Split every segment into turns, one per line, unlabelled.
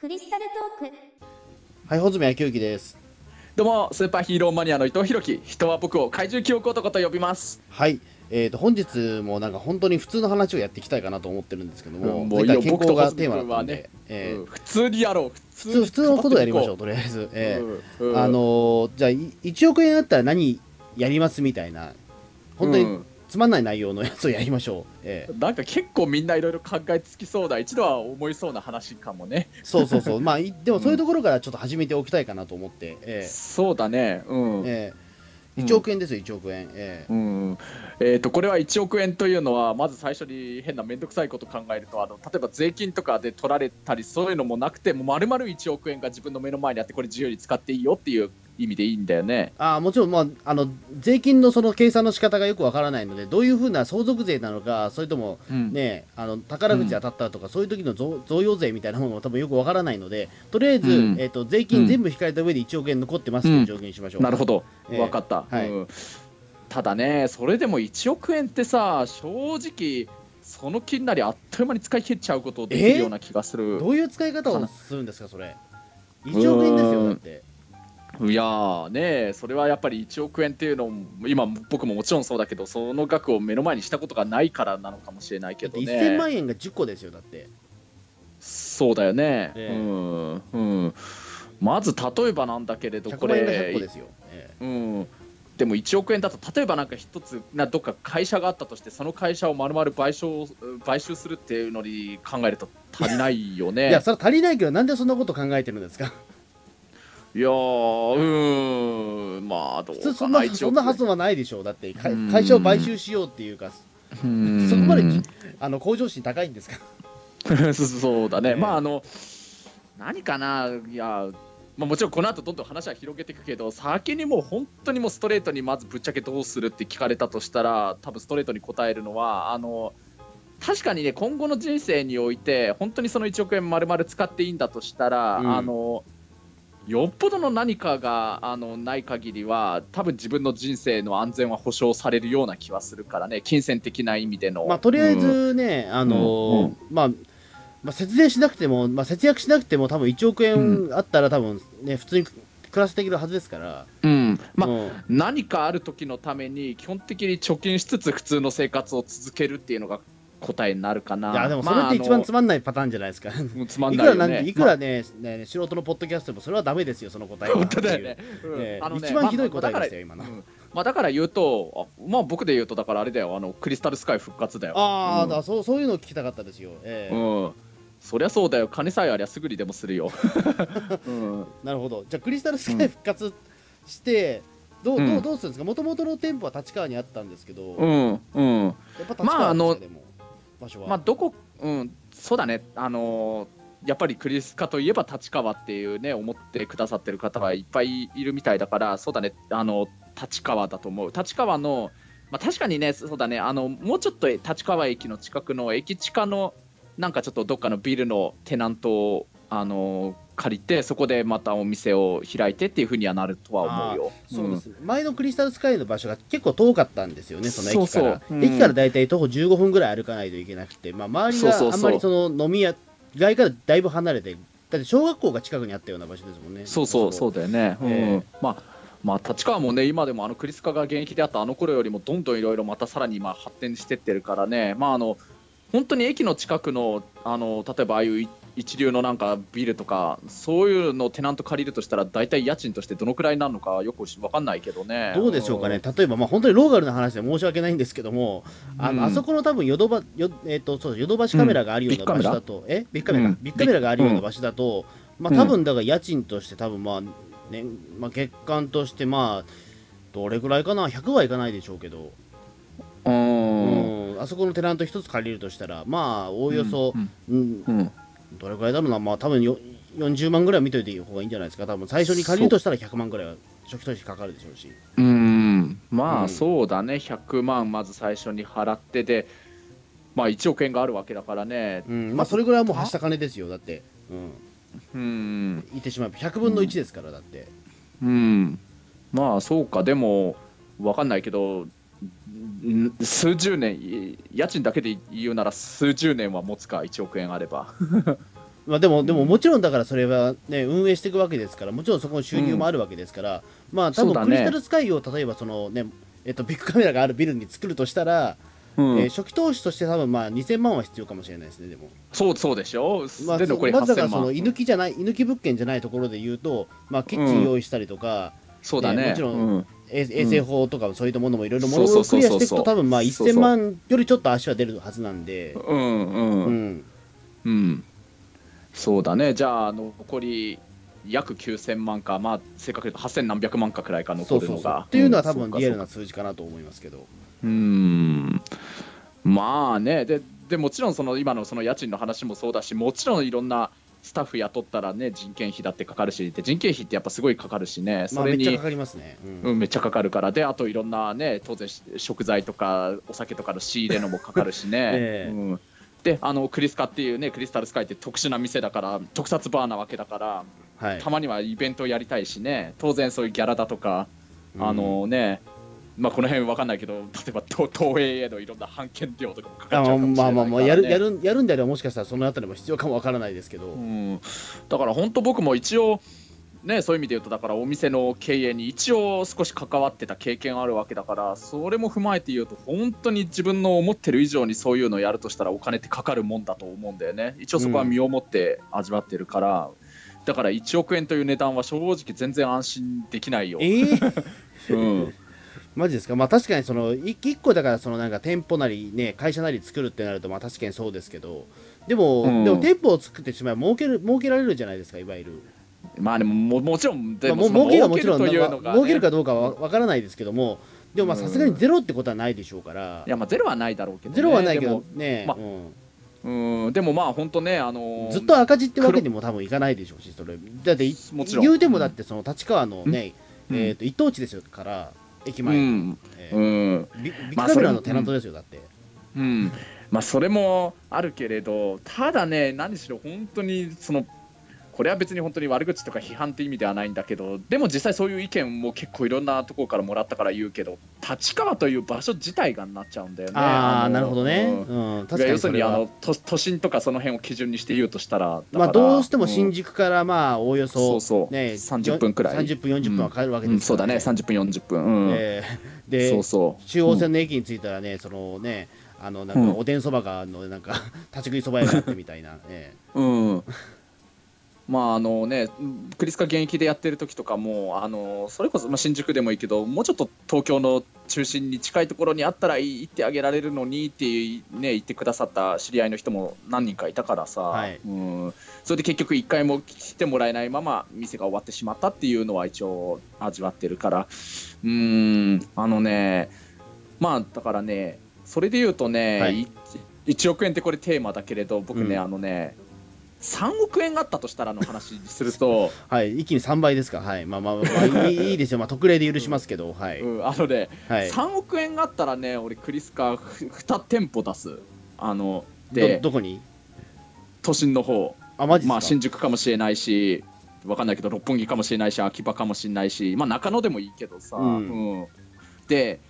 クリスタルトーク
はい、穂積昭之です。
どうもスーパーヒーローマニアの伊藤博樹人は僕を怪獣記憶男と呼びます
はい、えー、と本日もなんか本当に普通の話をやっていきたいかなと思ってるんですけども、
うんもう
前
いいよ
回健康
僕と
が
穂積
テーマだったん
君は
で、えー
うん普通にやろう普
普通普通のことをやりましょう、と
語
りあえず。
ってい
え
こう
ー
うんうん
あのーじゃあ、い1億円あったら何やりますみたいな、本当
う
に
ん
つまんない内容のやつをやりましょう。えー
なんか結構みんないろいろ考えつきそうだ一度は思いそうな話かもね、
そうそうそう、まあ、い でもそういうところからちょっと始めておきたいかなと思って、えー
そうだねうん、
え
うん
1億円ですよ、1億円。えー
うんえー、とこれは1億円というのはまず最初に変な面倒くさいこと考えるとあの例えば税金とかで取られたりそういうのもなくてもう丸々1億円が自分の目の前にあってこれ自由に使っていいよっていう意味でいいんだよね。
あーもちろん、まあ、あの税金のその計算の仕方がよくわからないので、どういうふうな相続税なのか、それとも、
うん
ね、あの宝くじ当たったとか、そういう時の贈贈与税みたいなものも多分よくわからないので、とりあえず、
うん
えっと税金全部引かれた上で1億円残ってますという状況にしましょう。
なるほど、
ええ
分かった、
はい
うんただね、それでも1億円ってさ、正直、その気になり、あっという間に使い切っちゃうことでき
え
るような気がする。
どういう使い方をするんですか、それ。1億円ですよ、だって。
いやーね、それはやっぱり1億円っていうのも、今、僕ももちろんそうだけど、その額を目の前にしたことがないからなのかもしれないけ
だって
ど
1000
ね。
万円が10個ですよ、だって。
そうだよね、
ええ
うんうん、まず例えばなんだけれど、
100
こ
万円が100個
れ
で、すよ。え
うん、でも1億円だと例えばなんか一つなどっか会社があったとしてその会社を丸々買収買収するっていうのに考えると足りないよ
え
ね。
いや、それは足りないけど、なんでそんなこと考えてるんですか。
いやーうーんまあどう
普通そ
か
んな
な1
そんな
億
発想はないでしょう、だってか
うん
会社を買収しようっていうか、
円
そこまで
う
じ
ん
あの向上心高いんですか。
そうそうだね、
ええ
まああの何かないやまあ、もちろんこの後どんどん話は広げていくけど先にもう本当にもうストレートにまずぶっちゃけどうするって聞かれたとしたら多分ストレートに答えるのはあの確かにね今後の人生において本当にその1億円丸々使っていいんだとしたら、
うん
あのよっぽどの何かがあのない限りは多分自分の人生の安全は保障されるような気はするからね金銭的な意味での。
まあ、とりあえ
うん
ずね、あのー
うんうん
まあ、まあ、節電しなくても、まあ、節約しなくても、多分1億円あったら、多分ね、普通に暮らしていけるはずですから、
うんまあ
うん
何かある時のために基本的に貯金しつつ普通の生活を続けるっていうのが答えになるかない
や、でもそれって一番つまんないパターンじゃないですか。
ああのつまん
い
な
く
い
ら
よ
なん
ね
ていくらね,、ね、素人のポッドキャストでも、それはダメですよ、その答えは。
本当だよね
っていう。
うん
ええ
あのね
一番ひどい
まあま
答え
あ
でしたよ、今
だ
の
から。うんまあだから言うとあまあ僕で言うとだからあれだよあのクリスタルスカイ復活だよ
ああ、
うん
だからそう、そういうのを聞きたかったですよ。ええ
うんそりゃそうだよ金さえありゃすぐにでもす るよ、うん
なるほど。じゃあ、クリスタルスカイ復活して、どうど
う
うんどうするんですか、もともとの店舗は立川にあったんですけど、や
う
っ
んうん
ぱ立川
まああの
ですかでも場所は。
まあどこうんそうだねあのーやっぱりクリスカといえば立川っていうね思ってくださってる方がいっぱいいるみたいだからそうだねあの立川だと思う立川のまあ確かにねそうだねあのもうちょっと立川駅の近くの駅地下のなんかちょっとどっかのビルのテナントをあのー借りてそこでまたお店を開いてっていうふうにはなるとは思うよ。
そうです、前のクリスタルスカイの場所が結構遠かったんですよね、その駅から。
そうそううん
駅からだいたい徒歩15分ぐらい歩かないといけなくて、まあ、周り
そうそう
があ
そうん
まりその飲み屋、街からだいぶ離れて、だって小学校が近くにあったような場所ですもんね。
そうそうそううだよね、うん
え
まあまあ立川もね今でもあのクリスカが現役であったあの頃よりもどんどんいろいろまたさらに今発展してってるからねまああの本当に駅の近くのあの例えばああいうい一流のなんかビルとかそういうのをテナント借りるとしたら大体家賃としてどのくらいなのかよく分かんないけどね
どうでしょうかね、例えば、まあ、本当にローガルな話で申し訳ないんですけども、あ
う
の
ん
あそこの多分ヨドバよ、えっとそうヨドバシカメラがあるような
うんビッ
場
グカメ
所
ラ
だと、えビッグカメラか
うん
ビッグカメラがあるような場所だと、まあ、
うん
多分だから家賃として、多分まあ、ねまあ、月間として、まあ、どれくらいかな、100はいかないでしょうけど、
うん
うんあそこのテナント一つ借りるとしたら、まあ、おおよそ、うん
うん
どれくらいだろうな、まあ、多分よ40万ぐらいは見といていい方がいいんじゃないですか、多分最初に借りるとしたら100万ぐらいは初期投資かかるでしょうし。
うーんま
うん
あそうだね、100万まず最初に払ってで、まあ、1億円があるわけだからね、
うん、まあそれぐらいはもうはした金ですよだって、うん、
うん、
言ってしまえば100分の1ですからだって、
うん、まあそうかでもわかんないけどん数十年い家賃だけで言うなら数十年は持つか1億円あれば
まあ、でも、でももちろんだからそれは、ね、運営していくわけですから、もちろんそこの収入もあるわけですから、まあ多
そうだ
分
ね
クリスタルスカイを例えばその、ねえっと、ビッグカメラがあるビルに作るとしたら、
うん
えー初期投資として多分まあ2000万は必要かもしれないですね、でも。
そうそうでしょ、
まあ、
で残り
まずだか
8000
らそ
万、
の居抜きじゃない、居抜き物件じゃないところで言うと、まあ、キッチン用意したりとか、
そうだね、
ねもちろん
うん
え衛生法とかそういったものもいろいろも
そう
のを
そ
ク
う
リ
そう
ア
そう
していくと多分まあ
そうそう
1000万よりちょっと足は出るはずなんで、
うんうん
う
うん、
ん、
そうだね、じゃあ、残り約9000万か、まあ、正確に言うと8000何百万かくらいか
そ
残
う
る
そう
の
そう
が。
っていうのは多分
ん
リアルな数字かなと思いますけど、
うんまあねででもちろんその今のその家賃の話もそうだしもちろんいろんなスタッフ雇ったらね人件費だってかかるしで人件費ってやっぱすごいかかるしね
ま
そ
あ、
れ
めっ
に、
ちゃかかりますね。うん
うん、めっちゃかかるからであといろんなね当然し食材とかお酒とかの仕入れのもかかるし ね、
ええ
うん、であのクリスカっていうねクリスタルスカイって特殊な店だから特撮バーなわけだから
はい
た、まにはイベントやりたいしね当然そういうギャラだとか
うん
あのね、まあこの辺わかんないけど、例えば東東映へのいろんな判権料とかもかか
あ
っちゃうかもしれないか
ま
ら、
あ
ね。
まあまあやるやるやるんであればもしかしたらそのあたりも必要かもわからないですけど、
うん。だから本当僕も一応ね、そういう意味で言うとだからお店の経営に一応少し関わってた経験あるわけだからそれも踏まえて言うと本当に自分の思ってる以上にそういうのをやるとしたらお金ってかかるもんだと思うんだよね一応そこは身をもって味わってるから、だから1億円という値段は正直全然安心できないよ、
ええー、
うん、
マジですか、まあ確かにそのい一個だからそのなんか店舗なりね会社なり作るってなるとまあ確かにそうですけど、でも、
うん
でも店舗を作ってしまえば儲ける儲けられるじゃないですかいわゆる。
まあでもももちろんで
まあ、も
も
う儲けがもちろん
と
な
いう
ま
のが、
あ
ね、
儲けるかどうかはわからないですけども、でもまあ
うん
さすがにゼロってことはないでしょうから
い、やまあゼロはないだろうけど、ね、
ゼロはないけど
で
ね、
まあ
うん
もうんでもまあ本当ねあのー
ずっと赤字ってわけにも多分いかないでしょうし、それだってい
もちろん
言うてもだってその立川のね、
うん
えー、と一等地ですよから駅
う
前、
ん
えー
うん
ビビッグ
まあ
カメラのテナントですよだって、
うんまあそれもあるけれどただね何しろ本当にそのこれは別に本当に悪口とか批判って意味ではないんだけどでも実際そういう意見も結構いろんなところからもらったから言うけど立川という場所自体がになっちゃうんだよね
ああ
のー
なるほどね、
うん
うん
い
確
や
か
要
に
す
そ
る
れ
にあ
は
の都都心とかその辺を基準にして言うとしたらだ
まあ
から
どうしても
ん
新宿からまあおおよ
そ
そう
そう、
ね
30分くらい
30分40分は帰るわけ
う
で
ん
す
そう
から
だね30分40分、うん
えーで
そうそう
中央線の駅に着いたらね、そのね、あのなん
うん
かおでんそばがあのなんか 立ち食いそば屋があってみたいな、え
うん、うんまああのねクリスカ現役でやってる時とかもあのそれこそ、まあ、新宿でもいいけどもうちょっと東京の中心に近いところにあったらいい行ってあげられるのにっていうね言ってくださった知り合いの人も何人かいたからさ、
はい
うん、それで結局一回も来てもらえないまま店が終わってしまったっていうのは一応味わってるからうーんあのねまあだからねそれで言うとね、
はい
い1億円ってこれテーマだけれど僕ね、
うん
あのね3億円あったとしたらの話にすると、
え はい、一気に3倍ですか、はい、まあまあ、まあ、い いいいですよ、まあ、特例で許しますけど、はい、
うん、あのね、
はい、
3億円があったらね俺クリスカ2店舗出すあの
ど
で
どこに
都心の方
あ、マジ
まあ
ですか、
新宿かもしれないしわかんないけど六本木かもしれないし秋葉かもしれないし、まあ、中野でもいいけどさ、
うん
うんで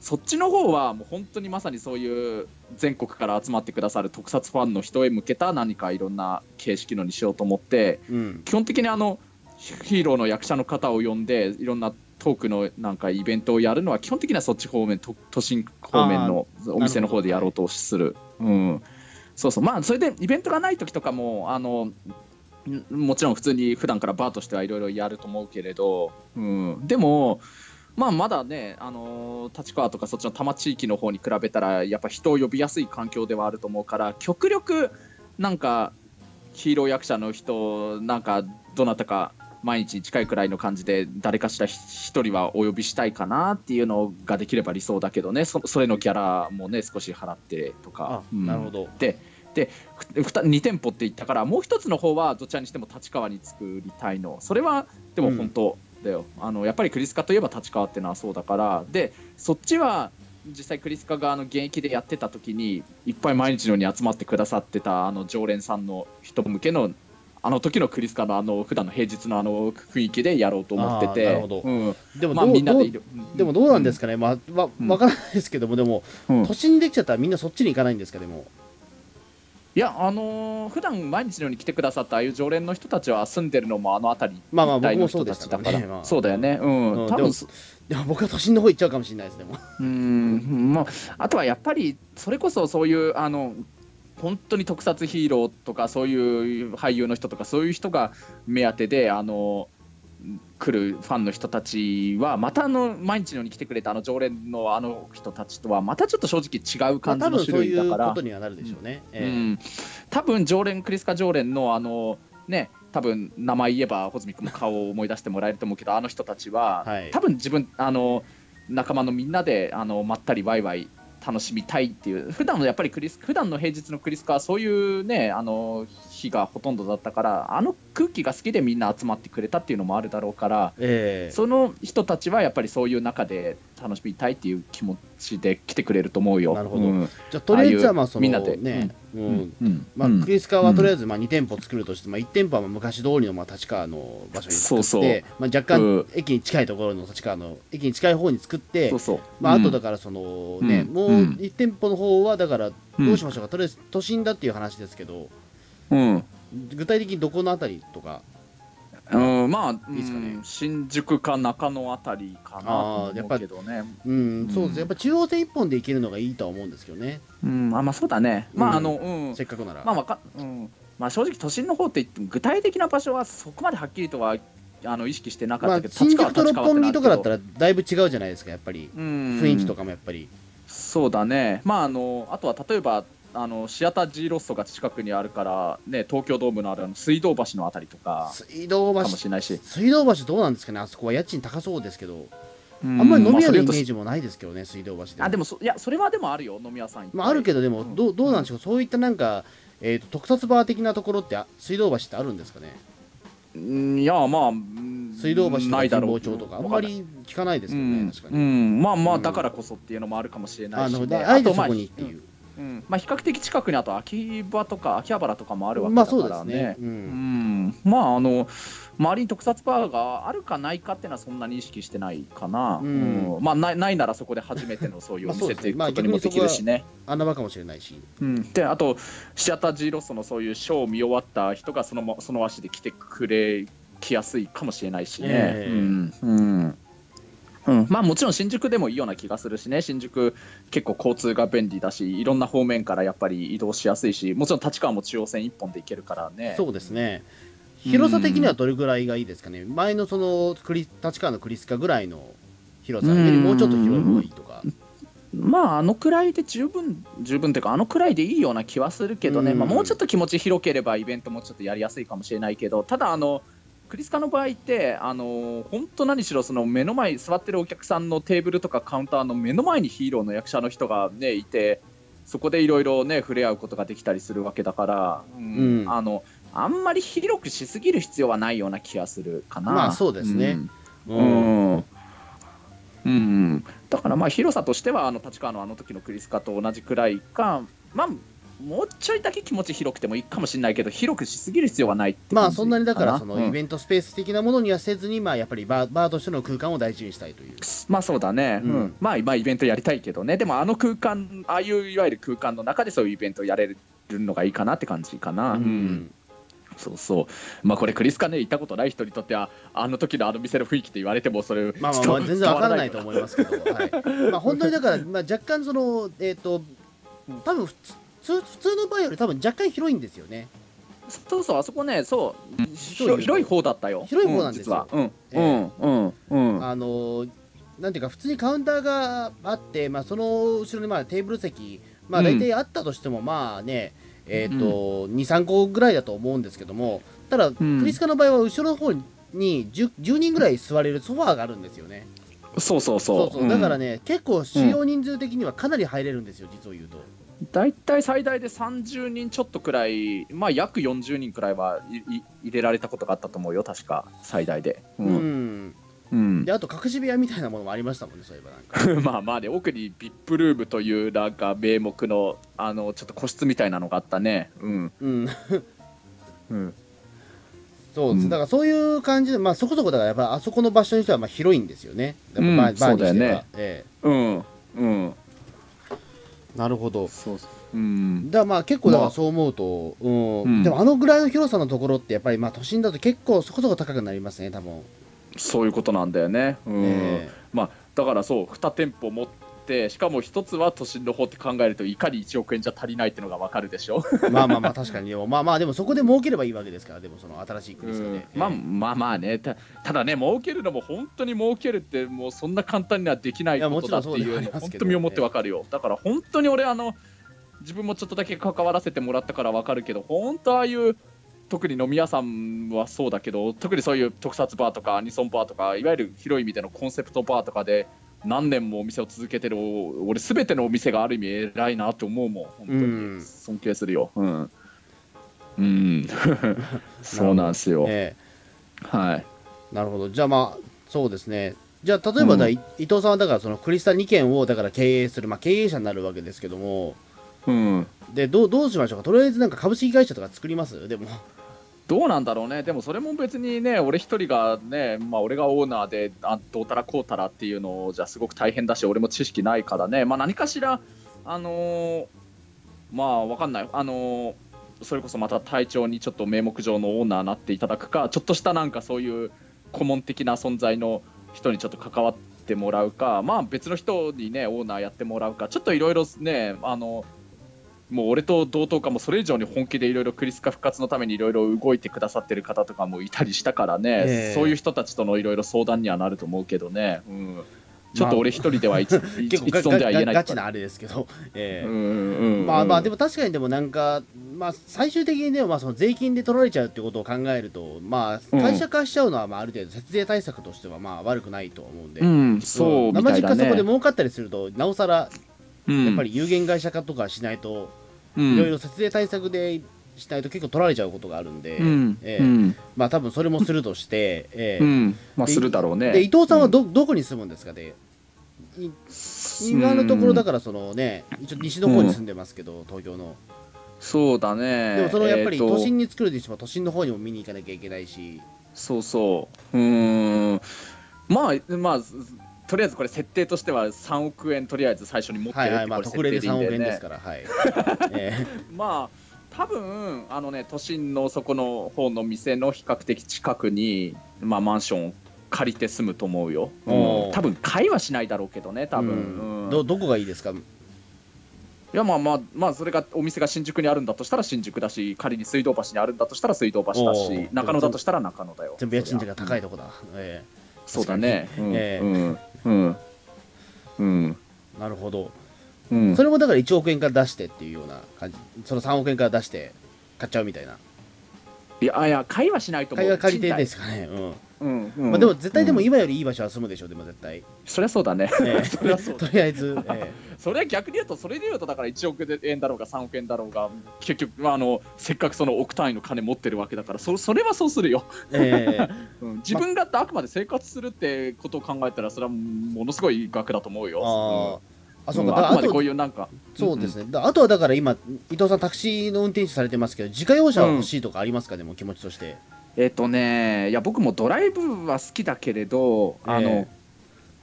そっちの方はもう本当にまさにそういう全国から集まってくださる特撮ファンの人へ向けた何かいろんな形式のにしようと思って
うん、
基本的にあのヒーローの役者の方を呼んでいろんなトークのなんかイベントをやるのは基本的にはそっち方面と都心方面のお店の方でやろうとするうん、そうそうまあそれでイベントがない時とかもあのんもちろん普通に普段からバーとしてはいろいろやると思うけれど、うん、でもまあまだね、あのー立川とかそっちの多摩地域の方に比べたらやっぱ人を呼びやすい環境ではあると思うから極力なんかヒーロー役者の人なんかどなたか毎日近いくらいの感じで誰かしら一人はお呼びしたいかなっていうのができれば理想だけどねそそれのギャラもね少し払ってと
あ
か、うん
なるほど、
ふふた2店舗って言ったからもう一つの方はどちらにしても立川に作りたいのそれはでも本当だよ、あのやっぱりクリスカといえば立川ってのはそうだからでそっちは実際クリスカがあの現役でやってた時にいっぱい毎日のように集まってくださってたあの常連さんの人向けのあの時のクリスカのあの普段の平日のあの雰囲気でやろうと思ってて
あーなるほど
うん
でもど
まあ
う、
みんな
ど
で
う
いる
でもどうなんです
か、
かね、まあ、わ、
うん
わからないですけども、でも、
うん
都心できちゃったらみんなそっちに行かないんですか、でも、
いや、あのー普段毎日のように来てくださったああいう常連の人たちは住んでるのもあの辺り、
まあまあ
一帯
僕
の
もそう
人
で
た
した
ち
から
だか
ね
ら、
まあ
そうだよね、うん、
うん
多
でも
分そ
いや僕は都心の方行っちゃうかもしれないですねもう
うん、まあ、あとはやっぱり、それこそそういう、あの本当に特撮ヒーローとか、そういう俳優の人とか、そういう人が目当てで、あの来るファンの人たちは、またあの毎日のように来てくれたあの常連のあの人たちとは、またちょっと正直違う
まあ
感じ
多分
の
そ
種
う
類
い
だ
う
か
こ
ら
と。にはなるでしょうね、
う
ええ
ん、多分常連クリスカ常連のあのね多分名前言えば穂積君の顔を思い出してもらえると思うけど あの人たちは、
はい
多分自分あの仲間のみんなであのまったりワイワイ楽しみたいっていう普段のやっぱりクリス普段の平日のクリスカはそういうねあの日がほとんどだったからあの空気が好きでみんな集まってくれたっていうのもあるだろうから
ええ
その人たちはやっぱりそういう中で楽しみたいっていう気持ちで来てくれると思うよ。
なるほど
うん
じゃあとりあえずはまあ
ああいう
その
みんなで
ね、うん
うん
まあ
うん
クリスカはとりあえずまあ2店舗作るとして、まあ、1店舗はまあ昔通りのまあ立川の場所に作って
そうそう
まあ、若
うん
干駅に近いところの立川の駅に近い方に作って
そうそう。
まあ、あとだ
か
からそのね、
うん
もう
うん
1店舗の方はだからど
ら
うしましょうか、とりあえず都心だっていう話ですけど
うん。
具体的にどこのあたりとか
うん、まあ、
いいっすかね
うん新宿か中野あたりかな
あー
と思うけどね。
うん、
うん
そうですねやっぱ中央線一本で行けるのがいいとは思うんですけどね
うん、あ、まあそうだね。ま
うん
あ、あの、うん。
せっかくなら、
まあわか、うん。まあ正直都心の方って言っても具体的な場所はそこまではっきりとはあの意識してなか
ま
っ
あ
たけど、
新宿と六本木とかだった
ら
らだいぶ違うじゃないですかやっぱり雰
雰
囲気と
か。
かもやっぱり、
そうだね。まああの、あとは例えば、あのシアター G ロッソが近くにあるから、ね、東京ドームのあるあの水道橋のあたりとか
水道
か
橋
もしれないし、
水道橋どうなんですかねあそこは家賃高そうですけど、
あ
あんまり飲み屋のイ
まあそれだ
メ
と
ージもないですけどね水道橋で
あでもそいやそれはでもあるよ飲み屋さんいっぱい
まあ、あるけどでも、
うん
どうどうなんでしょうそういったなんか、えー、と特撮バー的なところってあ水道橋ってあるんですかね
うんいやまあうん
水道橋と
な
か神
いだろ
保
う
町とかあんまり聞かないですけ
う
どね、
ん、
確か
う
に、
ん、まあま
う
あ
ん
だからこそっていうのもあるかもしれな
あ
いし、
の
ね、
であえてそ
まあ
こにっていう、
うんまあ、比較的近くにあと秋葉とか秋葉原とかもあるわけ
ま
だ
あ
か
そうで
ら
す
ね,、
ね、う
うんんまああの周りに特撮バーがあるかないかっていうのはそんなに意識してないかな、
うん
まあないないならそこで初めてのそういうお
まあそう
店
で
っ
すね
ていうことにもできるしね、
穴場かもしれないし
うん、であとシアター G ロスのそういうショーを見終わった人がそのまその足で来てくれきやすいかもしれないしね、
ええ
うんうんうん、まあもちろん新宿でもいいような気がするしね新宿結構交通が便利だしいろんな方面からやっぱり移動しやすいしもちろん立川も中央線一本で行けるからね
そうですね
うん
広さ的にはどれぐらいがいいですかね、前のそのクリ立川のクリスカぐらいの広さよりもうちょっと広い方がいいとか、
まああのくらいで十分十分というかあのくらいでいいような気はするけどね、
うん
まあ、もうちょっと気持ち広ければイベントもちょっとやりやすいかもしれないけどただあのクリスカの場合ってあの本当何しろその目の前座ってるお客さんのテーブルとかカウンターの目の前にヒーローの役者の人がねいてそこでいろいろね触れ合うことができたりするわけだから、うん
うん
あのあんまり広くしすぎる必要はないような気がするかな。
まあそうですね
ん
う
うんん、うん、だからまあ広さとしてはあの立川のあの時のクリスカと同じくらいか、まあ、もうちょいだけ気持ち広くてもいいかもしれないけど広くしすぎる必要はないって
まあ
感じ
そんなにだからそ
うん
のイベントスペース的なものにはせずにまあやっぱりバーバーとしての空間を大事にしたいという
まあそうだね、うん
うん
まあ今イベントやりたいけどねでもあの空間ああいういわゆる空間の中でそういうイベントやれるのがいいかなって感じかな、うんそうそうまあこれクリスカね行ったことない人にとってはあの時のあの店の雰囲気って言われてもそれ
まあまあまあ全然わからないと思いますけど、はい、まあ本当にだから、まあ、若干そのえっ、と多分普通普通の場合より多分若干広いんですよね
そうそう、あそこね、そう、
広い
広広い方だったよ。
広い方なんですよ
う実は
え
うん、うん、うん、
あのなんていうか普通にカウンターがあって、まあ、その後ろにまあテーブル席まあ
うん
大体あったとしてもまあね、えっ、と、23個ぐらいだと思うんですけどもただ、クリスカの場合は後ろの方に 10, 10人ぐらい座れるソファーがあるんですよね
そうそ
そ
うそうう。
そうだからね、結構使用人数的にはかなり入れるんですよ実を言うと
うん。大体最大で30人ちょっとくらい、まあ約40人くらいはいい入れられたことがあったと思うよ、確か、最大で。う
うん、
ん、うん
で、あと隠し部屋みたいなものもありましたもんねそういえばなんか
まあまあね、奥に VIP ルームというなんか名目の、あの、ちょっと個室みたいなのがあったね。うん、
うん
うん、
そうです、
うん
だからそういう感じで、まあ、そこそこだからやっぱあそこの場所にしてはまあ広いんですよねやっぱバー,、
うん
バーにしては
そうだよね
ええ
うん、うん。
なるほど
そうそううん
だからまあ結構だか
ま
ら
あ
そう思うと、うん
うん
でもあのぐらいの広さのところってやっぱりまあ都心だと結構そこそこ高くなりますね多分、
そういうことなんだよねうん、
え
まあだからそう2店舗持ってしかも1つは都心の方って考えるといかに1億円じゃ足りないってのが分かるでしょ、
えまあまあまあ確かにでもまあまあでもそこで儲ければいいわけですからでもその新しい国ですよね、
まあ
え
まあまあねたただね儲けるのも本当に儲けるってもうそんな簡単にはできない
いや
ことだって
もちろんそう
いう
で
の
はあります
本
けど
当に思ってわかるよだから本当に俺あの自分もちょっとだけ関わらせてもらったからわかるけど本当ああいう特に飲み屋さんはそうだけど特にそういう特撮バーとかアニソンバーとかいわゆる広い意味でのコンセプトバーとかで何年もお店を続けてるお俺全てのお店がある意味偉いなと思うもん本当
う
に
ん
尊敬するようん、うん そうなんですよ、
ええ
はい
えなるほどじゃあまあそうですねじゃあ例えばだ、
うん
い伊藤さんはだからそのクリスタ2軒をだから経営する、まあ、経営者になるわけですけども
うん、
でどうどうしましょうかとりあえずなんか株式会社とか作りますでも
どうなんだろうね、でもそれも別にね、俺一人がね、まあ、俺がオーナーで、あどうたらこうたらっていうのじゃすごく大変だし、俺も知識ないからね、まあ、何かしら、あのーまあ、わかんない、あのーそれこそまた隊長にちょっと名目上のオーナーになっていただくか、ちょっとしたなんかそういう顧問的な存在の人にちょっと関わってもらうか、まあ、別の人にね、オーナーやってもらうか、ちょっといろいろね、あのもう俺と同等かもそれ以上に本気でいろいろクリスカ復活のためにいろいろ動いてくださってる方とかもいたりしたからね、
ええ
そういう人たちとのいろいろ相談にはなると思うけどね、うん、ちょっと俺一人ではい つ、い
結
つ
構
い
ガ
つとん
ガ
じゃ
ガ
言えない
ガ
と
チ
か
なあれですけど、ええ
うんうんうん
まあまあでも確かにでもなんか、まあ、最終的にでもまあその税金で取られちゃうってことを考えると、まあ、
うん
会社化しちゃうのはまあある程度節税対策としてはまあ悪くないと思うんで、
うん、そうみ
生
たい
実
だ
家そこで
ね。
儲かったりするとなおさら
や
やっぱり有限会社化とかしないと、
い
いろいろ節税対策でしないと結構取られちゃうことがあるんで、
うん
ええ
うん
まあ多分それもするとして、 ええ
うんまあ
です
るだろうね。
で伊藤さんはど,、どこに住むんですかでい今のところだ
ら、
からそのね一応西の方に住んでますけど、東京の。
そうだね。
でもそれをやっぱり
えーと
都心に作るにしても都心の方にも見に行かなきゃいけないし、
そうそう。うーん。まあ、まあ、とりあえずこれ設定としては3億円とりあえず最初に持って
は
る
いは
っ
い、
て
ま
こ
あ
れ
特例で
設定いい
3
んだよ
億円
ね
ですから、はい。え
まあ多分あのね都心のそこの方の店の比較的近くに、まあ、マンションを借りて住むと思うよ、
おー
うん多分買いはしないだろうけどね
え
多分、
うん
うん
どどこがいいですか、
いやまあまあまあそれがお店が新宿にあるんだとしたら新宿だし仮に水道橋にあるんだとしたら水道橋だ
お
し
ー
中野だとしたら中野だよ
全部家賃が高い
そりゃ
とこだ。え
うんそうだねうん
え
うんうん
えなるほど。
うん
それもだから1億円から出してっていうような感じ、その3億円から出して買っちゃうみたいな。
いやいや買いはしないと思
会
う、
話借りてですすかね。う。
うんうんん
まあでも絶対でも
うん
今よりいい場所は住むでしょう、でも絶対。
そりゃそうだね
え
そりゃそ
え
う
とりあえず、え
それは逆に言うと、それで言うと、だから1億円だろうが3億円だろうが、結局、まああのせっかくその億単位の金持ってるわけだから、そそれはそうするよ、
えええ
うん自分があくまで生活するってことを考えたら、それはものすごい額だと思うよ。
ああ。あ、
あ
そうか。だ
あ
か
く
ら
ま
あ
で
と
こういうなんか、
そうですね、だあとはだから今、伊藤さん、タクシーの運転手されてますけど、自家用車は欲しいとかありますか、でも気持ちとして。
えっ、とね、いや、僕もドライブは好きだけれど、あの、
え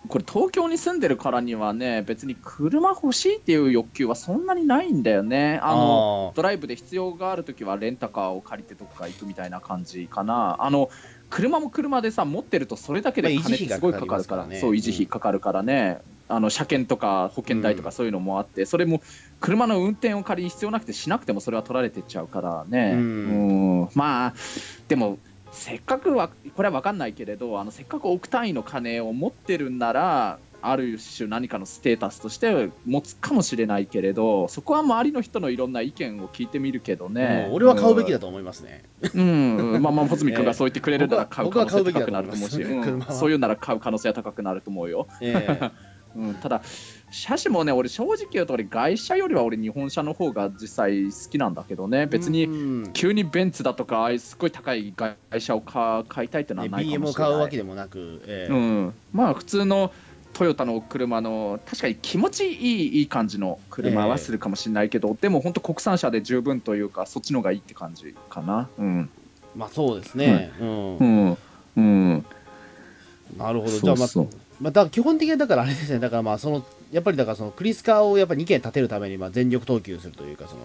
これ東京に住んでるからにはね別に車欲しいっていう欲求はそんなにないんだよねあの
の
ドライブで必要があるときはレンタカーを借りてどっか行くみたいな感じかな。あの車も車でさ持ってるとそれだけで
まあ
金っ
維持
て
費が
すごいかかる
か
か、
からりますからね
そう維持費かかるからね、あの車検とか保険代とかそういうのもあって、それも車の運転を仮に必要なくてしなくてもそれは取られてっちゃうからね、
うん
うんまあでもせっかくはこれは分かんないけれどあのせっかく億単位の金を持ってるんならある種何かのステータスとして持つかもしれないけれどそこは周りの人のいろんな意見を聞いてみるけどね
もう俺は買うべきだと思いますね。
うん、うんまあまあ穂積君がそう言ってくれるなら買う
僕
可
は
能性高くなると思うし、
僕は買うべきだ と思います
うん
車は
そういうなら買う可能性は高くなると思うよ、
ええ
うん、ただ車種もね俺正直言うと俺外車よりは俺日本車の方が実際好きなんだけどね 別に
うん
急にベンツだとかああいうすごい高い外車を買買いたいってのは
ね
ないか
BM
も
を
しれな
買
いう
わけでもなく、ええ
うん、まあ普通のトヨタの車の確かに気持ちいいいい感じの車はするかもしれないけど、でも本当国産車で十分というかそっちの方がいいって感じかなうん
まあそうですね、うん
うんうん
なるほど。じ
そ
ゃあ、
う
まあ、
そう。
まあ、だから基本的にだからあれですね、だからまあそのやっぱりだからそのクリスカーをやっぱ2件立てるためにまあ全力投球するというかそ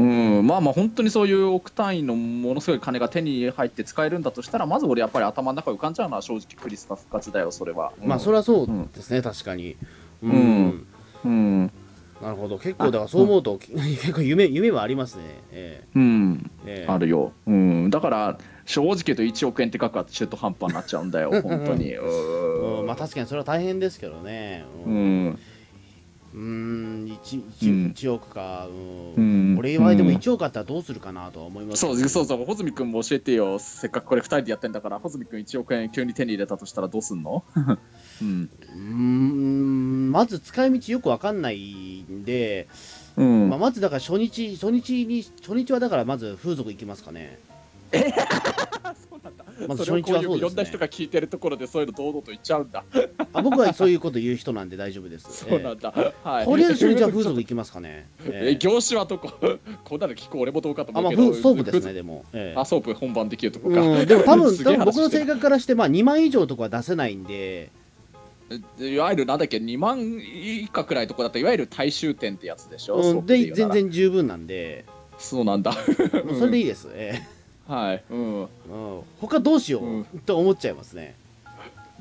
の、
うん、まあまあ本当にそういう億単位のものすごい金が手に入って使えるんだとしたらまず俺やっぱり頭の中浮かんじゃうのは正直クリスカ復活だよそれは、
まあそ
れ
れはそうですね、確かに。うん、
うんうん
なるほど、結構だからそう思うと、 結構夢夢はありますね。え
うん
えええ
あるよ、うん、だから正直言うと1億円って額は中途半端になっちゃう んだよ本当にうーん
うんまあ確かにそれは大変ですけどね。う、
うんん
うん、一
うん
1, 億か、うん
うん
俺言われても
うん
1億あったらどうするかなとは思いますけ
そ
ど
うそうそう穂積君も教えてよせっかくこれ2人でやってんだから穂積君1億円急に手に入れたとしたらどうすんの、 うん
うーんまず使い道よくわかんないんで、
うん
まあ、まずだから初日、初日に、初日はだからまず風俗行きますかね。まず
そ
初
れを
日
こ
は
ういう
そう
いろんな
です
人
ね。
が聞いてるところでそういうの堂々と言っちゃうんだ。
あ僕はそういうこと言う人なんで大丈夫です。
そうなんだ。
え
は
え
い。
とりあえず初日は風俗行きますかね。
え
ええ
業種はどこ こんなの聞く俺もどうかと
あ、
思
ま
う
あ、
け
ふ
ど。
ソープです
ふ
ね、でも。ええ
あ、ソープ本番できるとこか。
うん、でも多分
す
多
げえ
分僕
話
の
して
性
る
格からして、まあ、2万以上とかは出せないんで、
いわゆるなんだっけ、2万以下くらいとこだったらいわゆる大衆店ってやつでしょ。
う
ソ
ん、
ープ
で
で言う
全
なら。
然十分なんで、
そうなんだ。
もうそれでいいです、え
はい。うん。
えうん、他どうしよう、
うん
と思っちゃいますね、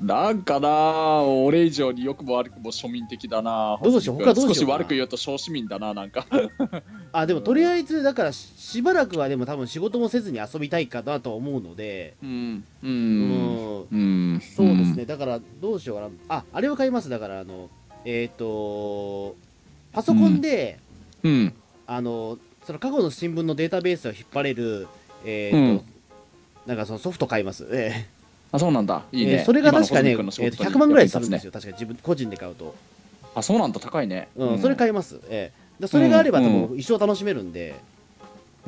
なんかな俺以上によくも悪くも庶民的だな
どうしよう
星野君
他どうしよう
少し悪く言うと小市民だななんか。
あでもとりあえず、だからししばらくはでも多分仕事もせずに遊びたいかなとは思うので、
うん。う。
うんん、
うん。
そうですね、だからどうしようかな、ああれを買います、だから、あのえっ、と、パソコンで、
うん。
あのその過去の新聞のデータベースを引っ張れる、えーとなんかそのソフト買います、え
あ、そうなんだ。
え
いいね。
えーそれが確かね、え
今の星野
ーと
君の仕事に
100万ぐらいするん
役
で
立
す
つね。
よ、確か自分、個人で買うと、
あ、そうなんだ。高いね。
うんそれ買います、ええでそれがあれば、多分一生楽しめるんで、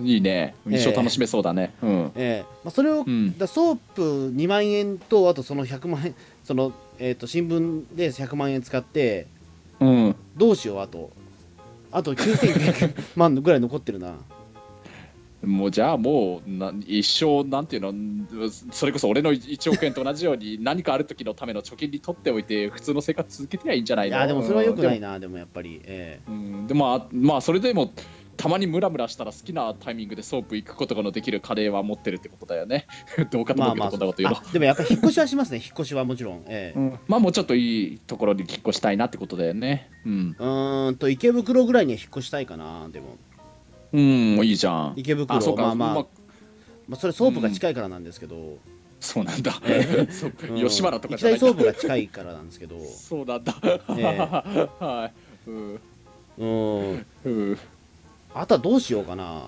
いいね。一生楽しめそうだね。うん。
ええまあ、それを、
うん。
だソープ2万円と、あとその100万円、その、えー、と新聞で100万円使って、
うん。
どうしようあとあと9900万ぐらい残ってるな
もうじゃあもうな一生なんていうのそれこそ俺の1億円と同じよ うに何かある時のための貯金に取っておいて普通の生活続けてりゃいいんじゃない
い
の
やでもそれはよくない
で
なでもやっぱりえ
も,、うんでもまあまあそれでもたまにムラムラしたら好きなタイミングでソープ行くことができるカレーは持ってるってことだよね どう
え
かと
ま
思
あ
う
まあ
けどこんなこと言うの、
あでもやっぱり引っ越しはしますね引っ越しはもちろんええ
うんまあもうちょっといいところに引っ越したいなってことだよねうん、
うーんと池袋ぐらいには引っ越したいかなでも
うん、いいじゃん
池袋
あそうか
まあまあ、
ま
ま
あ
あ、それソープが近いからなんですけど、
そうな んだ、そう
うん
吉原とか
行き
じ
た
ゃないいか
ソープが近いからなんですけどう
そうなんだ、 はいうん
ーん
うん
あとはどうしようかな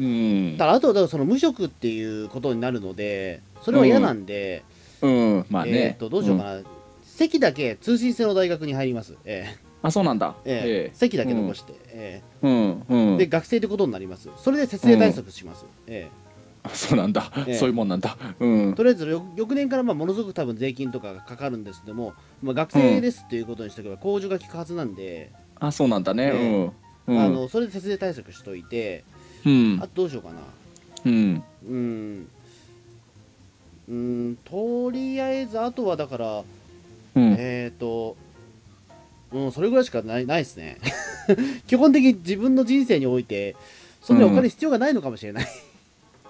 うん
だからあとはだからその無職っていうことになるのでそれは嫌なんで、
うん、まあね。
えー、とどうしようか
ん
な、席だけ通信制の大学に入ります、え
あ、そうなんだ。
えええ席だけ残して、え
えうん、う
え
ん。
で学生ってことになりますそれで節税対策します、え
あそうなんだ、
ええ
そういうもんなんだ。うん
え。とりあえず翌翌年からまあものすごく多分税金とかがかかるんですけども、まあ、学生ですっていうことにしておけば控除が効くはずなんで、
あ、そうなんだね。
え
うん。うん、
あのそれで節税対策しといて
うん
あ、とどうしようかな
うん、
うんうんとりあえずあとはだから
うん、
えーと、うん、それぐらいしかないないですね。 基本的に自分の人生において、そんなにお金必要がないのかもしれない。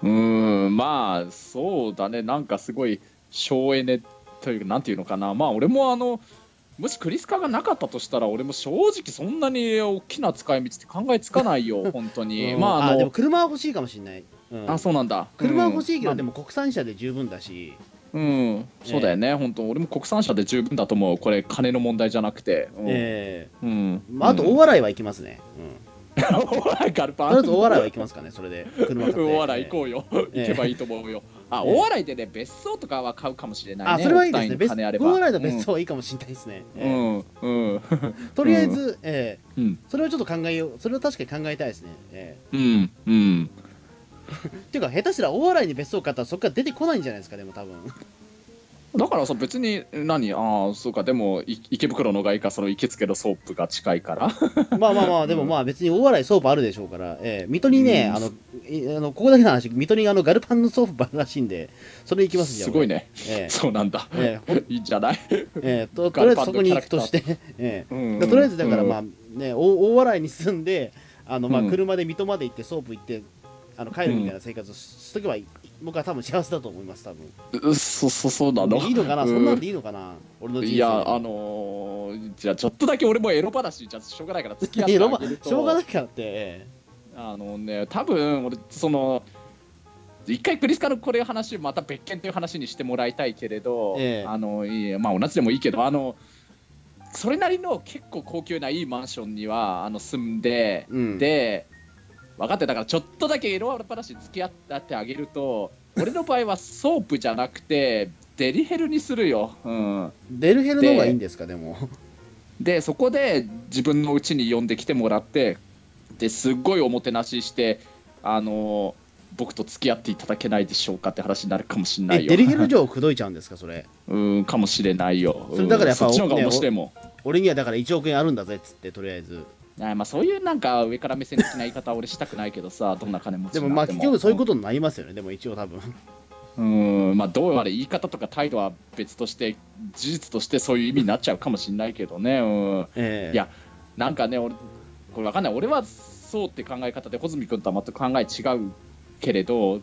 うん、まあ、そうだね、なんかすごい省エネというか、なんていうのかな、まあ、俺もあの、もしクリスカがなかったとしたら、俺も正直、そんなに大きな使い道って考えつかないよ、本当に。
うん
まあ、あ
でも
の、
車は欲しいかもしれない。うん
あ、そうなんだ。
車は欲しいけど、
うん
でも国産車で十分だし、
うん、そうだよね、本当、俺も国産車で十分だと思う、これ、金の問題じゃなくて、うん
え
うん
ーまあ、あと大
お
笑いは行きますね。
笑い、ガ
う
ル
ん、
パ
とりあえ
ン、
ず大笑いは行きますかね、それで。車買 って。
お笑い行こうよ、
ええ
行けばいいと思うよ、あ、
ええ
お笑いでね、別荘とかは買うかもしれないね、
あ、それはいいですね。
お
別
二人の金あれば
大笑いの別荘はいいかもしれないですね。
う
えー
ん、うん、
とりあえず、えー
うん、
それをちょっと考えよう。それを確かに考えたいですね。え
うん、うん、
ーっていうか、下手したら大笑いに別荘買ったらそこから出てこないんじゃないですか、でも多分。
だからさ別に何ああそうかでもい池袋の外貨その行きつけのソープが近いから
まあまあまあ、でもまあ別に大洗ソープあるでしょうから、ええ水戸にね、
うん
あの、いあのここだけの話、水戸にあのガルパンのソープあるらしいんで、それ行きますじゃん。
すごい
ね。
ね
ええ
そうなんだ、
ええほん
いいんじゃない、
え えとと
ガ
りあえず
ルパンの
そこに行くとして、 ええ
うん
だとりあえずだから、
うん
まあね、大大洗に住んで、あのまあ
うん
車で水戸まで行って、ソープ行って、あの帰るみたいな生活をししとけばいい、僕は多分幸せだと思います、多分
うそそそうなの
いいのかな、
う
そんなんでいいのかな、俺の人生
いやあのーじゃあちょっとだけ俺もエロ話じゃしょうがないから付き
い
合って
やロ
あ
マ
げると
しょうがないからって、え
あのね多分俺その一回クリスカのこれ話また別件という話にしてもらいたいけれど、
ええ
あのいいまあ同じでもいいけどあのそれなりの結構高級ないいマンションにはあの住んで
え、うん、
で分かってだからちょっとだけエロある話付き合ってあげると俺の場合はソープじゃなくてデリヘルにするよ、うん、
デルヘルの方がいいんですか、でも。
でそこで自分の家に呼んできてもらってですっごいおもてなししてあの僕と付き合っていただけないでしょうかって話になるかもしれな
え
いよ
デリヘル城を口説いちゃうんですか、それ。
うんかもしれないよ
それだからやっぱ
うんそっちの方が
ね
面白いもん
俺にはだから1億円あるんだぜっつってとりあえず
あまあ、そういうなんか上から目線的な言い方は俺したくないけどさどんな金持ち
で
に
も
な
ま
っ
あ
て
結局そういうこととになりますよねでも一応多分
うんまあどうあれ言い方とか態度は別として事実としてそういう意味になっちゃうかもしれないけどねうん
ええ
いやなんかね、俺、これわかんない、俺はそうって考え方で、穂積君とは全く考え違うけれど、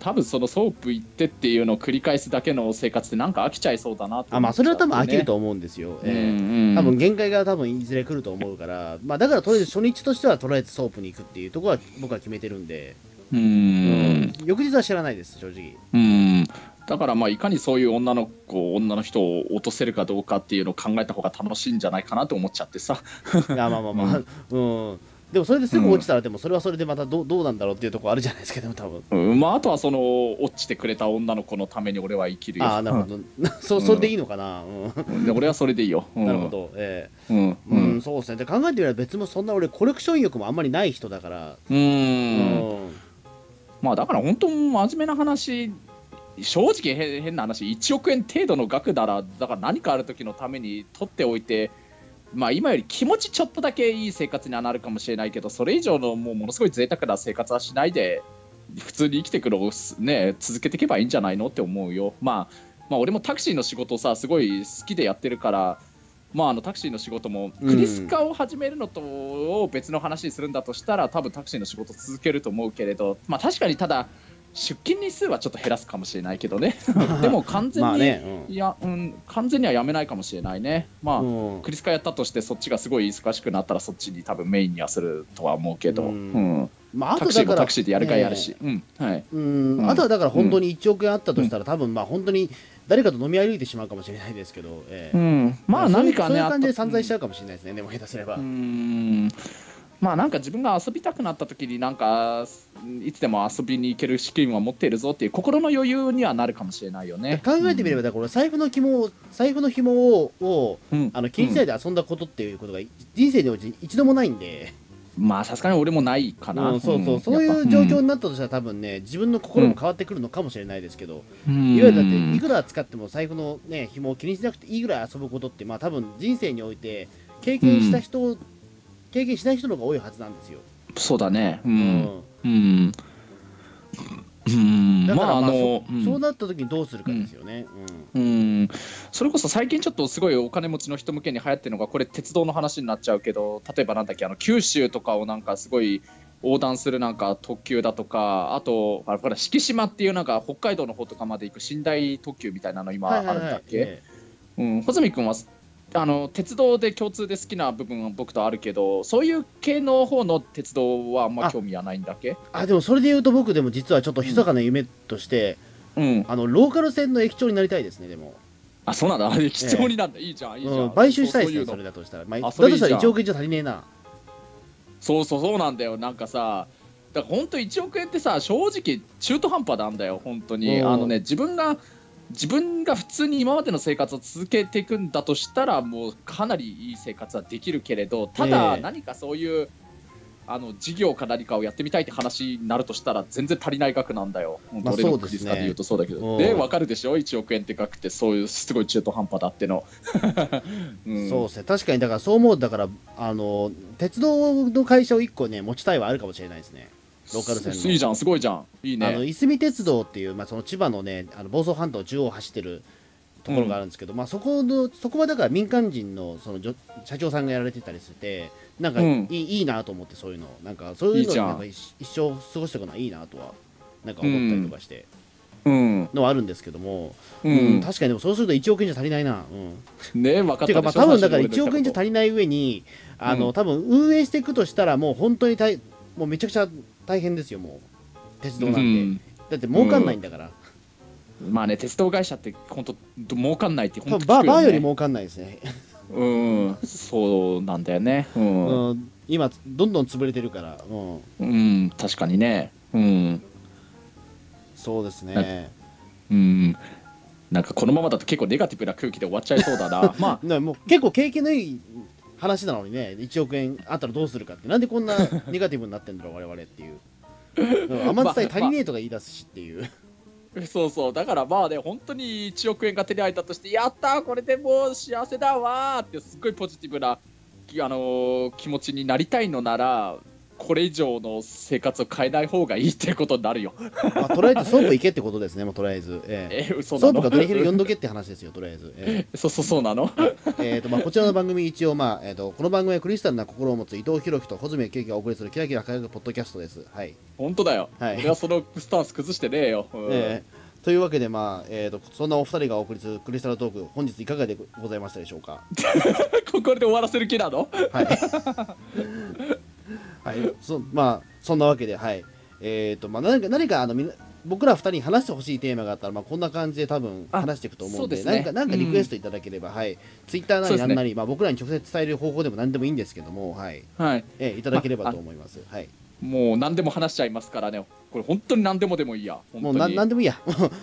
多分そのソープ行ってっていうのを繰り返すだけの生活って、なんか飽きちゃいそうだなと思っちゃって、
あまあそれは多分飽きると思うんですよ、
ね、
ええ
うんうん
多分限界が多分いずれ来ると思うから、まあ、だからとりあえず初日としてはとりあえずソープに行くっていうところは僕は決めてるんで、
う、
うん翌日は知らないです正直
うん、だからまあ、いかにそういう女の子、女の人を落とせるかどうかっていうのを考えた方が楽しいんじゃないかなと思っちゃってさ、
いやまあまあまあうん、でもそれですぐ落ちたらでもそれはそれでまたどうどうなんだろうっていうところあるじゃないですかでも多分
うんまあ、あとはその落ちてくれた女の子のために俺は生きるよ、
ああなるほど、 そうそれでいいのかな、うん
うんで俺はそれでいいよ。うん
なるほどええ
うんう
うんん、そうですね。で考えてみれば別もそんな俺コレクション欲もあんまりない人だから。
う
うん
まあだから本当真面目な話正直へ変な話1億円程度の額ならだから何かある時のために取っておいてまあ今より気持ちちょっとだけいい生活にはなるかもしれないけどそれ以上のもうものすごい贅沢な生活はしないで普通に生きてくのをすね続けていけばいいんじゃないのって思うよまあまあ俺もタクシーの仕事をさすごい好きでやってるからまああのタクシーの仕事もクリスカを始めるのとを別の話にするんだとしたら多分タクシーの仕事続けると思うけれどまあ確かにただ出勤日数はちょっと減らすかもしれないけど ねでも完全に、
まあね。
いや、うん、完全にはやめないかもしれないね。まあ、
うん。うん
クリスカやったとして、そっちがすごい忙しくなったら、そっちに多分メインにはするとは思うけど、
う
うんん
まああ
タ
と
クシ
だ
ー
か
も
ら
タクシーでやるかやるし、うんはい、
ええうん
うん
あとはだから本当に1億円あったとしたら、多分まあ本当に誰かと飲み歩いてしまうかもしれないですけど、ええ
うん、まあ、何か
そういうそ
ね、
ういう感じで散財しち
ゃ
ゃうかもしれないですね、でも下手すれば。
うん、まあ、なんか自分が遊びたくなった時に、なんか、いつでも遊びに行ける資金は持っているぞっていう、心の余裕にはなるかもしれないよね。
考えてみれば、だから俺財布の紐を、財布の紐を、を
うん、
あの、切り時代で遊んだことっていうことが人生のうち一度もないんで、
うんまあ、さすがに俺もないかな。
うんそうそう、
ん
そうい
やっぱ
う状況になったとしたら多分ね、自分の心も変わってくるのかもしれないですけど、
うん
いわゆるだっていくら使っても財布のね紐を気にしなくていいぐらい遊ぶことってまあ多分人生において経験した人、経験しない人の方が多いはずなんですよ。
そうだね。う
うん
うん。うん
だからまあ、
の
そ、
うん
そうなった時にどうするかですよね。
うん、それこそ最近ちょっとすごいお金持ちの人向けに流行ってるのがこれ鉄道の話になっちゃうけど例えばなんだっけあの九州とかをなんかすごい横断するなんか特急だとかあとあれほら四季島っていうなんか北海道の方とかまで行く寝台特急みたいなの
うん
今
は
あ
いはい
るん
は
だっ
い。
け、
え
うん、穂積君はあの鉄道で共通で好きな部分は僕とあるけどそういう系の方の鉄道はあんま興味はないんだっけ
えあでもそれで言うと僕でも実はちょっと密かな夢として、
うん
あのローカル線の駅長になりたいですねでも、
あそうなんだ貴重になんだ、いいじゃんいいじゃん、
うん買収したいです
そう
ね
そ
そう
いう
れ
の
だとしたら、まあ、だ
あ
と
それいい
したら
じ
1
ゃん
億円じゃ足りねえな
そうそうそうなんだよなんかさだから本当1億円ってさ正直中途半端なんだよ本当に
うん
あのね自分が自分が普通に今までの生活を続けていくんだとしたらもうかなりいい生活はできるけれどただ
ええ
何かそういう、あの事業か何かをやってみたいって話になるとしたら全然足りない額なんだよ、
まあ
俺の
そう
ク
で
リ
す
ス
ね
カで言うとそうだけど、
うん
で分かるでしょ、1億円って額って、そういうすごい中途半端だっての、 うん
そうですね確かにだからそう思うだからあの鉄道の会社を1個ね持ちたいはあるかもしれないですねローカル線の
すいいじゃん、すごいじゃん、いい
あの
ね、
いすみ鉄道っていう、まあ、その千葉のねあの房総半島中央を走ってるところがあるんですけど、まあ、そこのそこはだから民間人のそのじょ社長さんがやられてたりしててなんかいい,、
うん
いいなと思ってそういうのなんかそういう
いい
の
じゃん
なんか一一生過ごしておくのはいいなとはなんか思ったりとかして、
うん、
のはあるんですけども、
う
うん
ん、
確かにでもそうすると1億円じゃ足りないな、うん、
ね、分かった
て
で
いうか、
しょ
まあ、多分だから1億円じゃ
り
足りない上に、あの、
うん
多分運営していくとしたら、もう本当に大、もうめちゃくちゃ大変ですよ、もう。鉄道なんて。だって儲かんないんだから。
まあね、鉄道会社って本当、儲かんないって、
多
本
分
当、
バー、バーより
も、
儲かんないですね。
うん、そうなんだよね、う、
うんん、今、どんどん潰れてるから。うん。
うん、確かにね、うん。
そうですね。
うんなんかこのままだと結構ネガティブな空気で終わっちゃいそう だな。ま
なもう結構経験のいい話なのにね、1億円あったらどうするかって、なんでこん なネガティブになってんだろう、我々っていう。うん甘伝え足りねえとか言い出すしっていう。
あ、そうそう、だからまあね、本当に1億円が手に入ったとして、やったー、これでもう幸せだわーって、すっごいポジティブな、きあのー気持ちになりたいのなら、これ以上の生活を変えない方がいいっていうことになるよ。
まあ、とりあえず、ソープ行けってことですね、もうとりあえず。ええ
え、嘘
ソー
な
プ
の
かドリヒル呼んどけって話ですよ、とりあえず。え
そうそうそうなの
ーえーとまあ、こちらの番組、一応、まあえーと、この番組はクリスタルな心を持つ伊藤博樹と穂積圭樹がお送りするキラキラ輝くポッドキャストです。はい
本当だよ。
はい
俺はそのスタンス崩してねえよ。うん
えーというわけで、まあえーと、そんなお二人がお送りするクリスタルトーク、本日いかがでございましたでしょうか。
ここれで終わらせる気なの
はいはいそまあ、そんなわけで、はいえーとまあ、何か何かあのみな僕ら二人に話してほしいテーマがあったら、まあ、こんな感じで多分
あ
話していくと思う
そ
ん
うで
で、
すね
何か何かリクエストいただければ、はい、ツイッターな
そ
り
うで
何
すね
なり、まあ、僕らに直接伝える方法でも何でもいいんですけども、はい
はい。
えーいただければと思います。はい、
もう何でも話しちゃいますからね。これ本当に何でもでもいいや。本
も
当
う
に
な何でもいいや、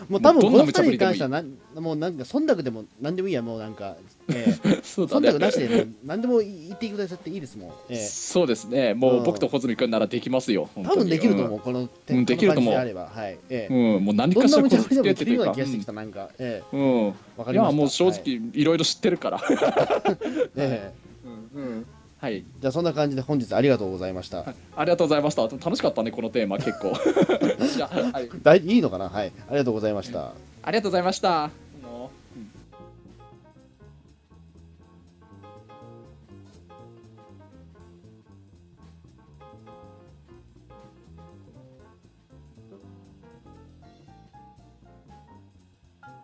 もう多分こ
どんな
の二
無
人
茶ぶ
に
りで
関
もいい
してはなんもうなんか忖度でも何でもいいや、もうなんか、えー
そうだ ね
忖度なしでもう何でも言ってくださっていいですもん。えー
そうですね、も
うん
う僕と穂積君ならできますよ、本当
多
に
分できると思う、この手
うんできると思う
この感じであれば、はい。え
う
え
ん、うんもう何
ど
か
ん
し
な
ら
無
こ
茶
そ
ぶりでもで
付き合っ
き
て
る
る
よう
か
な気がしてきた、なんか、え
うんうん
えわか
い
りました。
や、もう正
はい。
直、いろいろ知ってる から、
え
はい、
えじゃあ、そんな感じで本日ありがとうございました。
ありがとうございました、楽しかったね、このテーマ、 結構。じゃあはい、
だいいいのかなはい。ありがとうございました。
ありがとうございました。